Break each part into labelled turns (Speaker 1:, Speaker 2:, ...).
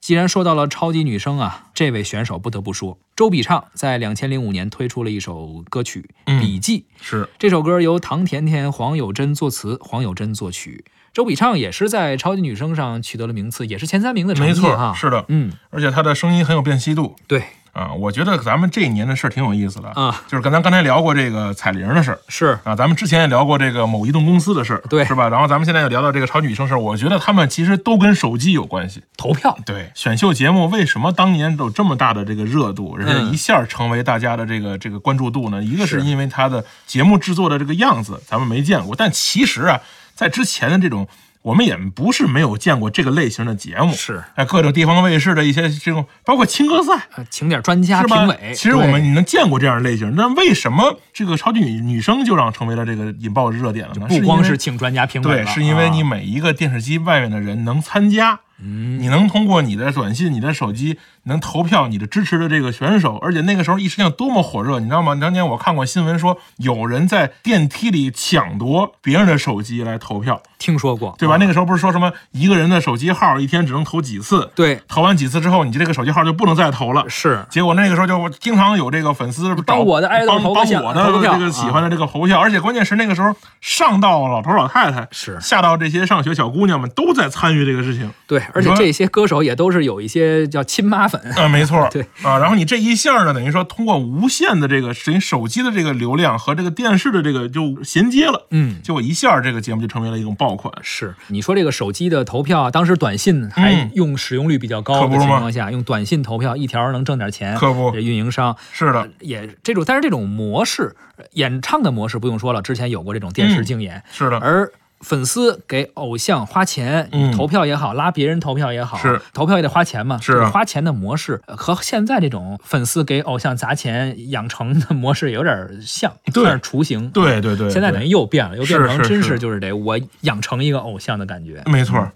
Speaker 1: 既然说到了超级女声啊，这位选手不得不说，周笔畅在两千零五年推出了一首歌曲
Speaker 2: 嗯
Speaker 1: 《笔记》，
Speaker 2: 是
Speaker 1: 这首歌由唐甜甜、黄友珍作词，黄友珍作曲。周笔畅也是在超级女声上取得了名次，也是前三名的成绩
Speaker 2: 没错，
Speaker 1: 哈。
Speaker 2: 是的，
Speaker 1: 嗯，
Speaker 2: 而且他的声音很有辨析度
Speaker 1: 对
Speaker 2: 啊。我觉得咱们这一年的事儿挺有意思的，
Speaker 1: 啊，
Speaker 2: 就是跟咱刚才聊过这个彩铃的事儿。
Speaker 1: 是
Speaker 2: 啊，咱们之前也聊过这个某移动公司的事儿，
Speaker 1: 对
Speaker 2: 是吧？然后咱们现在又聊到这个超女生事儿，我觉得他们其实都跟手机有关系。
Speaker 1: 投票，
Speaker 2: 对，选秀节目为什么当年有这么大的这个热度，人家
Speaker 1: 嗯
Speaker 2: 一下成为大家的这个这个关注度呢？一个是
Speaker 1: 是
Speaker 2: 因为它的节目制作的这个样子咱们没见过，但其实啊，在之前的这种。我们也不是没有见过这个类型的节目，
Speaker 1: 是
Speaker 2: 哎，各种地方卫视的一些这种，包括青歌赛，
Speaker 1: 呃请点专家
Speaker 2: 是吧
Speaker 1: 评委。
Speaker 2: 其实我
Speaker 1: 对
Speaker 2: 们能见过这样的类型，那为什么这个超级女女生就让成为了这个引爆热点了呢？
Speaker 1: 不光
Speaker 2: 因
Speaker 1: 是
Speaker 2: 为
Speaker 1: 请专家评委
Speaker 2: 对，
Speaker 1: 了
Speaker 2: 是因为
Speaker 1: 啊
Speaker 2: 你每一个电视机外面的人能参加，
Speaker 1: 嗯
Speaker 2: 你能通过你的短信、你的手机能投票你的支持的这个选手，而且那个时候一时间多么火热，你知道吗？当年我看过新闻说，有人在电梯里抢夺别人的手机来投票，
Speaker 1: 听说过，
Speaker 2: 对吧？
Speaker 1: 啊
Speaker 2: 那个时候不是说什么一个人的手机号一天只能投几次，
Speaker 1: 对
Speaker 2: 投完几次之后，你这个手机号就不能再投了，
Speaker 1: 是
Speaker 2: 结果那个时候就经常有这个粉丝找
Speaker 1: 帮我的爱豆
Speaker 2: 帮
Speaker 1: 投
Speaker 2: 帮
Speaker 1: 个票
Speaker 2: 我的
Speaker 1: 投票啊
Speaker 2: 这个喜欢的这个投票，而且关键是那个时候上到老头老太太，
Speaker 1: 是
Speaker 2: 下到这些上学小姑娘们都在参与这个事情。
Speaker 1: 对，而且这些歌手也都是有一些叫亲妈粉，
Speaker 2: 啊，没错，
Speaker 1: 对
Speaker 2: 啊，然后你这一下呢，等于说通过无线的这个等于手机的这个流量和这个电视的这个就衔接了，
Speaker 1: 嗯。
Speaker 2: 结果一下这个节目就成为了一种爆款。
Speaker 1: 是，你说这个手机的投票啊，当时短信还
Speaker 2: 嗯
Speaker 1: 用使用率比较
Speaker 2: 可
Speaker 1: 高
Speaker 2: 不
Speaker 1: 的情
Speaker 2: 是吗
Speaker 1: 况下，用短信投票一条能挣点钱，
Speaker 2: 可不
Speaker 1: 这运营商
Speaker 2: 是的，
Speaker 1: 也这种，但是这种模式，呃演唱的模式不用说了，之前有过这种电视
Speaker 2: 嗯
Speaker 1: 竞演，
Speaker 2: 是的，
Speaker 1: 而粉丝给偶像花钱，
Speaker 2: 嗯
Speaker 1: 你投票也好，拉别人投票也好，
Speaker 2: 是
Speaker 1: 投票也得花钱嘛。
Speaker 2: 是啊
Speaker 1: 这个花钱的模式呃和现在这种粉丝给偶像砸钱养成的模式有点像，
Speaker 2: 对
Speaker 1: 算是雏形。
Speaker 2: 对对对，
Speaker 1: 现在
Speaker 2: 对
Speaker 1: 等于又变了，又变
Speaker 2: 是
Speaker 1: 成
Speaker 2: 是
Speaker 1: 真
Speaker 2: 是
Speaker 1: 是就是得我养成一个偶像的感觉。
Speaker 2: 没错。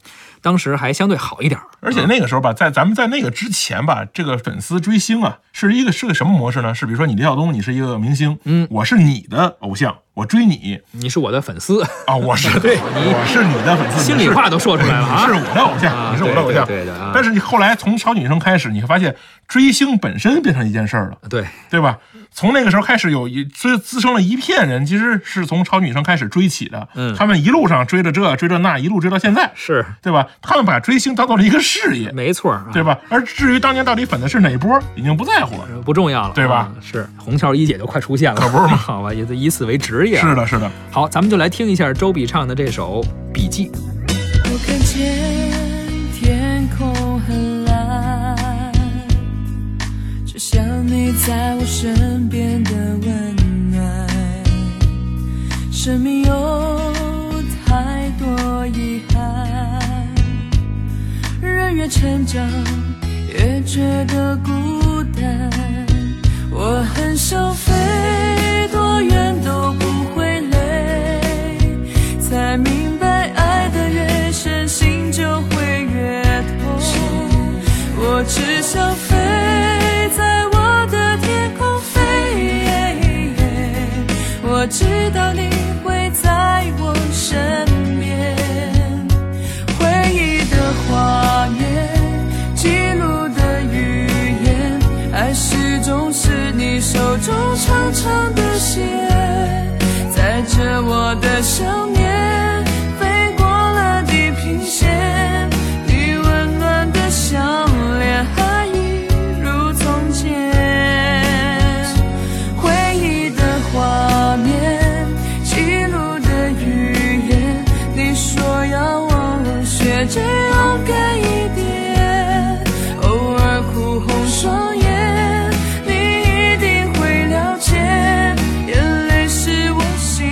Speaker 1: 当时还相对好一点儿，
Speaker 2: 而且那个时候吧，在咱们在那个之前吧，这个粉丝追星啊，是一个是个什么模式呢？是比如说你李晓东，你是一个明星，
Speaker 1: 嗯
Speaker 2: 我是你的偶像，我追你
Speaker 1: 你是我的粉丝，
Speaker 2: 啊，我是对，我是你的粉丝，
Speaker 1: 心
Speaker 2: 你
Speaker 1: 里
Speaker 2: 是
Speaker 1: 话都说出来了啊
Speaker 2: 你是我的偶
Speaker 1: 啊
Speaker 2: 像，你是我的偶像。
Speaker 1: 对对对对啊
Speaker 2: 但是你后来从小女生开始，你会发现追星本身变成一件事儿了。
Speaker 1: 对，
Speaker 2: 对吧？从那个时候开始有一滋滋生了一片人，其实是从超女生开始追起的。
Speaker 1: 嗯
Speaker 2: 他们一路上追着这，追着那，一路追到现在，
Speaker 1: 是
Speaker 2: 对吧？他们把追星当做了一个事业，
Speaker 1: 没错儿啊，
Speaker 2: 对吧？而至于当年到底粉的是哪波，已经不在乎了。
Speaker 1: 呃不重要了，
Speaker 2: 对
Speaker 1: 啊
Speaker 2: 吧
Speaker 1: 是红桥一姐就快出现了，
Speaker 2: 可不是吗
Speaker 1: 好吧，也得以此为职业啊。
Speaker 2: 是的，是的，
Speaker 1: 好，咱们就来听一下周笔畅的这首《笔记》。
Speaker 3: 我看见天空很蓝，就像你在我身边的温暖。生命有太多遗憾，人越成长越觉得孤单。我很想飞多远都不会累，才明白爱得越深，心就会越痛。我只想飞，在我的天空飞。我知道你会在我身边，回忆的画面，记录的语言，爱始终是你手中长长的线，载着我的想念，飞过了地平线，你温暖的笑脸还一如从前。回忆的画面，记录的语言，你说要我学着勇敢一点，偶尔哭红双眼，你一定会了解，眼泪是我心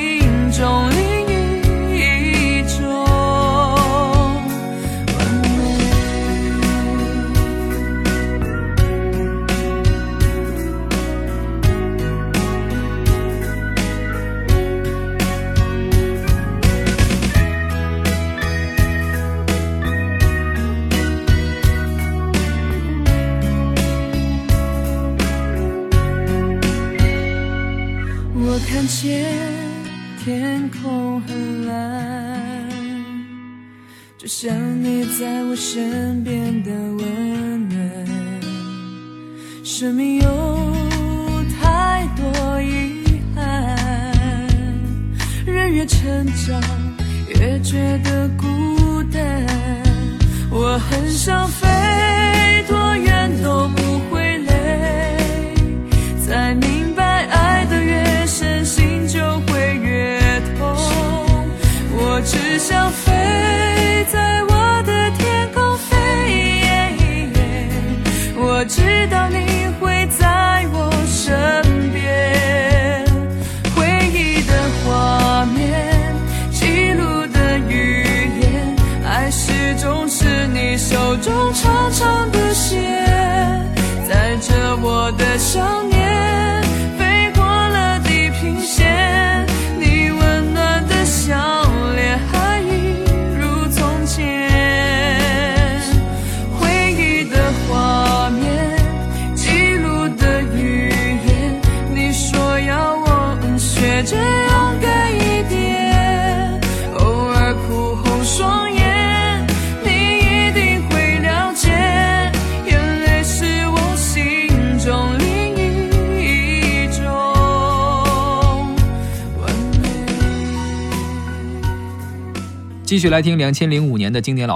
Speaker 3: 中另一种完美。我看见天空很蓝，就像你在我身边的温生命有太多遗憾，人越成长越觉得孤单。我很想飞多远都不会累，才明白爱得越深，心就会越痛。我只想飞，在我的天空飞。我知道你会在我身边，回忆的画面，记录的语言，爱始终是你手中长长的线，载着我的想念，飞过了地平线，你温暖的笑脸还一如从前。回忆的画面，记录的语言，你说要我学着勇敢一点，偶尔哭红双眼，你一定会了解，眼泪是我心中另一种完美。
Speaker 1: 继续来听两千零五年的经典老。